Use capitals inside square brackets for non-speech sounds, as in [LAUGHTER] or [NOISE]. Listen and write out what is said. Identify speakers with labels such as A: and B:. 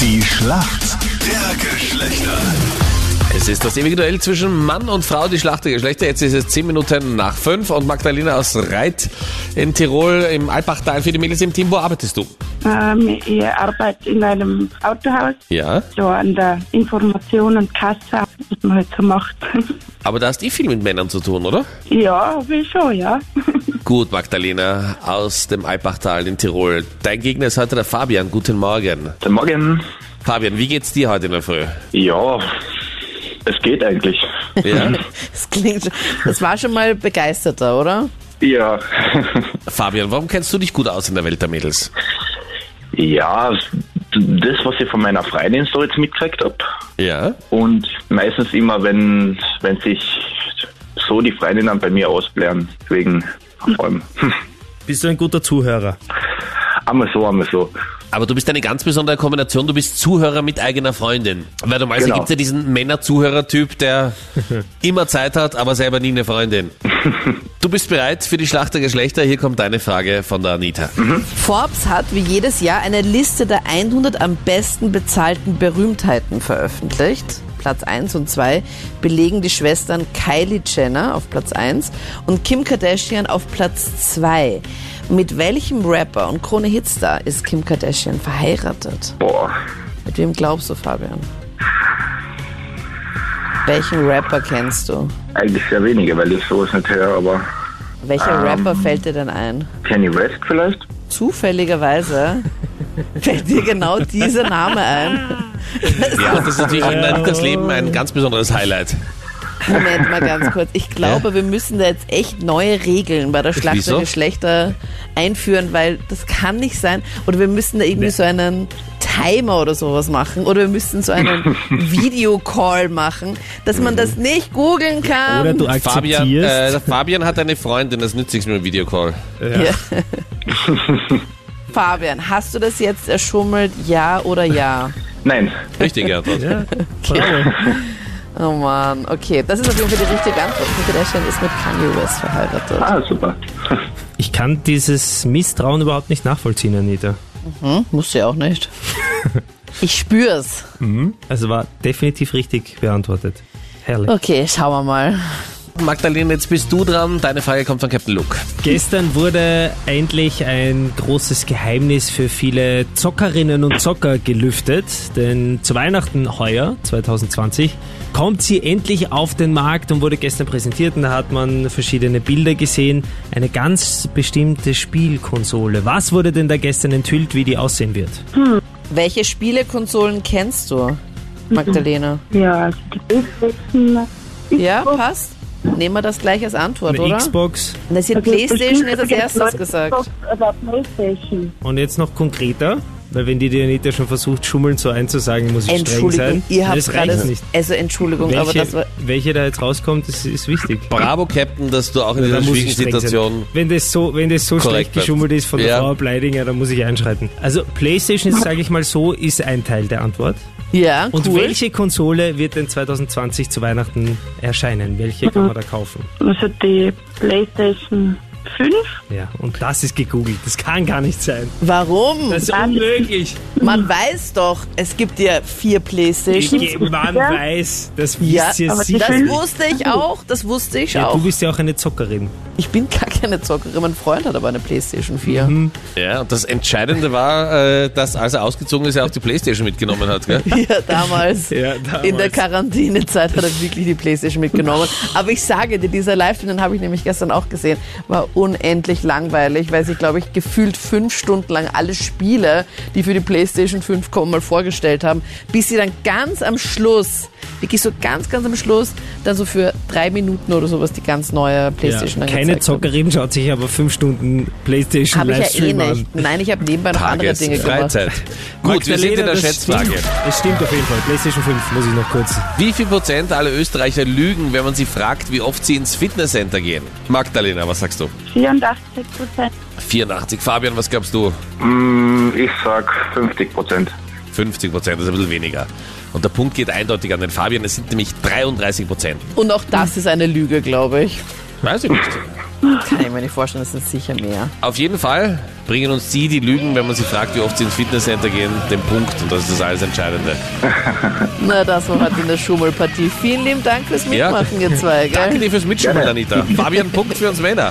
A: Die Schlacht der Geschlechter.
B: Es ist das ewige Duell zwischen Mann und Frau, die Schlacht der Geschlechter. Jetzt ist es 10 Minuten nach 5 und Magdalena aus Reit in Tirol im Alpachtal für die Mädels im Team. Wo arbeitest du?
C: Ähm, ich arbeite in einem Autohaus,
B: Ja.
C: so an der Information und Kasse, was man halt so macht. [LAUGHS]
B: Aber da hast eh viel mit Männern zu tun, oder?
C: ja, wie schon, ja. [LAUGHS]
B: Gut, Magdalena aus dem Alpachtal in Tirol. Dein Gegner ist heute der Fabian. Guten Morgen.
D: Guten Morgen.
B: Fabian, wie geht's dir heute in der Früh?
D: Ja, es geht eigentlich.
B: Ja.
E: [LAUGHS] Das klingt, schon- das war schon mal begeisterter, oder?
D: Ja.
B: [LAUGHS]
D: [LAUGHS]
B: Fabian, warum kennst du dich gut aus in der Welt der Mädels?
D: ja, das, was ich von meiner Freundin so jetzt mitgekriegt habe.
B: Ja.
D: Und meistens immer, wenn, wenn sich so die Freundinnen dann bei mir ausblären. Wegen vor allem. [LAUGHS]
F: Bist du ein guter Zuhörer?
D: Einmal so, einmal so.
B: Aber du bist eine ganz besondere Kombination. Du bist Zuhörer mit eigener Freundin. Weil normalerweise
D: Genau.
B: gibt's ja diesen Männer-Zuhörer-Typ, der immer Zeit hat, aber selber nie eine Freundin. Du bist bereit für die Schlacht der Geschlechter. Hier kommt deine Frage von der Anita.
E: Forbes hat wie jedes Jahr eine Liste der 100 am besten bezahlten Berühmtheiten veröffentlicht. Platz 1 und 2 belegen die Schwestern Kylie Jenner auf Platz 1 und Kim Kardashian auf Platz 2. Mit welchem Rapper und Krone-Hitstar ist Kim Kardashian verheiratet?
D: Boah.
E: Mit wem glaubst du, Fabian? Welchen Rapper kennst du?
D: Eigentlich sehr wenige, weil ich sowas nicht höre, aber
E: Welcher Rapper fällt dir denn ein?
D: Kanye West vielleicht?
E: Zufälligerweise fällt dir genau dieser Name ein.
B: [LAUGHS] Ja, das ist natürlich in Anitas Leben ein ganz besonderes Highlight.
E: [LAUGHS] Moment mal ganz kurz. Ich glaube, wir müssen da jetzt echt neue Regeln bei der Schlacht
B: Wieso?
E: der Geschlechter einführen, weil das kann nicht sein. Oder wir müssen da irgendwie so einen Timer oder sowas machen. Oder wir müssen
B: [LAUGHS]
E: so einen Videocall machen, dass man das
B: Mhm.
E: nicht googeln kann.
F: Oder du
B: Fabian, äh,
F: akzeptierst.
B: der Fabian hat eine Freundin, das nützt nichts mit dem Videocall.
E: [LAUGHS] Ja.
B: [LAUGHS]
E: Fabian, hast du das jetzt erschummelt? Ja oder ja?
D: Nein.
F: [LAUGHS]
B: Richtige Antwort.
F: ja, bravo.
E: Oh Mann, okay. Das ist auf jeden Fall die richtige Antwort. Kim Kardashian ist mit Kanye West verheiratet.
D: Ah, super. [LAUGHS]
F: Ich kann dieses Misstrauen überhaupt nicht nachvollziehen, Anita.
E: Hm? Muss sie auch nicht. [LAUGHS] Ich spür's.
F: Also war definitiv richtig beantwortet. Herrlich.
E: Okay, schauen wir mal.
B: Magdalena, jetzt bist du dran. Deine Frage kommt von Captain Luke.
F: Gestern wurde endlich ein großes Geheimnis für viele Zockerinnen und Zocker gelüftet, denn zu Weihnachten heuer 2020 kommt sie endlich auf den Markt und wurde gestern präsentiert und da hat man verschiedene Bilder gesehen, eine ganz bestimmte Spielkonsole. Was wurde denn da gestern enthüllt, wie die aussehen wird?
E: Welche Spielekonsolen kennst du,
F: [LAUGHS]
E: Magdalena?
C: Ja, also die Bildwechsel.
E: Ja, passt? Nehmen wir das gleich als Antwort,
F: Eine
E: oder?
F: Xbox
E: Na, sie hat Playstation jetzt als erstes gesagt.
C: Oder Playstation.
F: und jetzt noch konkreter. Weil wenn die die Anita schon versucht, schummeln so einzusagen, muss ich streng
E: Entschuldigung,
F: sein.
E: ihr habt
F: das reicht
E: gerade...
F: nicht.
E: Also Entschuldigung, aber das war...
F: Welche, welche da jetzt rauskommt, das ist wichtig.
B: Bravo, Captain, dass du auch in
F: Da
B: dieser
F: muss ich
B: schwierigen
F: streng sein.
B: Situation.
F: Wenn das so, wenn das so
B: Korrekt
F: schlecht
B: bleibt.
F: geschummelt ist von der
B: Ja.
F: Frau Bleidinger, dann muss ich einschreiten. Also PlayStation, sage ich mal so, ist ein Teil der Antwort.
E: Ja,
F: Und
E: cool.
F: welche Konsole wird denn 2020 zu Weihnachten erscheinen? Welche kann man da kaufen?
C: Also die Playstation 5.
F: Ja, und das ist gegoogelt. Das kann gar nicht sein.
E: Warum?
F: Das ist unmöglich.
E: Man weiß doch, es gibt ja vier Playstations.
F: Ich, man
C: Ja.
F: weiß, das wisst
E: Ja,
F: ihr
C: aber die
E: Das
F: sicher.
E: wusste ich auch, das wusste ich
F: Ja,
E: auch.
F: du bist ja auch eine Zockerin.
E: Ich bin gar keine Zockerin, mein Freund hat aber eine Playstation 4.
F: Mhm.
B: Ja, und das Entscheidende war, äh, dass als er ausgezogen ist, er auch die Playstation mitgenommen hat. Gell?
E: [LAUGHS] Ja, damals.
F: [LAUGHS] Ja, damals.
E: In der Quarantänezeit hat er wirklich die Playstation mitgenommen.
F: [LAUGHS]
E: Aber ich sage dir, dieser Livestream, den habe ich nämlich gestern auch gesehen, war unendlich langweilig, weil sie, glaube ich, gefühlt fünf Stunden lang alle Spiele, die für die Playstation 5 kommen, mal vorgestellt haben, bis sie dann ganz am Schluss, wirklich so ganz, ganz am Schluss, dann so für drei Minuten oder sowas die ganz neue Playstation
F: Ja,
E: dann
F: keine
E: gezeigt haben.
F: Zockerin schaut sich aber fünf Stunden PlayStation
E: Habe ich ja eh
F: Livestream an.
E: nicht. Nein, ich habe nebenbei noch andere Dinge gemacht.
B: Freizeit. Gut, wir sind in der
F: das
B: Schätzfrage.
F: Stimmt. Das stimmt auf jeden Fall. PlayStation 5 muss ich noch kurz.
B: Wie viel Prozent aller Österreicher lügen, wenn man sie fragt, wie oft sie ins Fitnesscenter gehen? Magdalena, was sagst du?
C: 84 Prozent.
B: 84. Fabian, was glaubst du?
D: Mm, Ich sag 50 Prozent.
B: 50 Prozent, das ist ein bisschen weniger. Und der Punkt geht eindeutig an den Fabian, es sind nämlich 33 Prozent.
E: Und auch das ist eine Lüge, glaube ich.
B: Weiß ich nicht.
E: Kann ich mir nicht vorstellen, das sind sicher mehr.
B: Auf jeden Fall bringen uns die, die lügen, wenn man sie fragt, wie oft sie ins Fitnesscenter gehen, den Punkt. Und das ist das alles Entscheidende.
E: Na, das war heute eine Schummelpartie. Vielen lieben Dank fürs
B: Ja.
E: Mitmachen, ihr zwei.
B: Danke
E: Gell?
B: dir fürs Mitschummeln, Anita. Fabian, Punkt für uns Männer.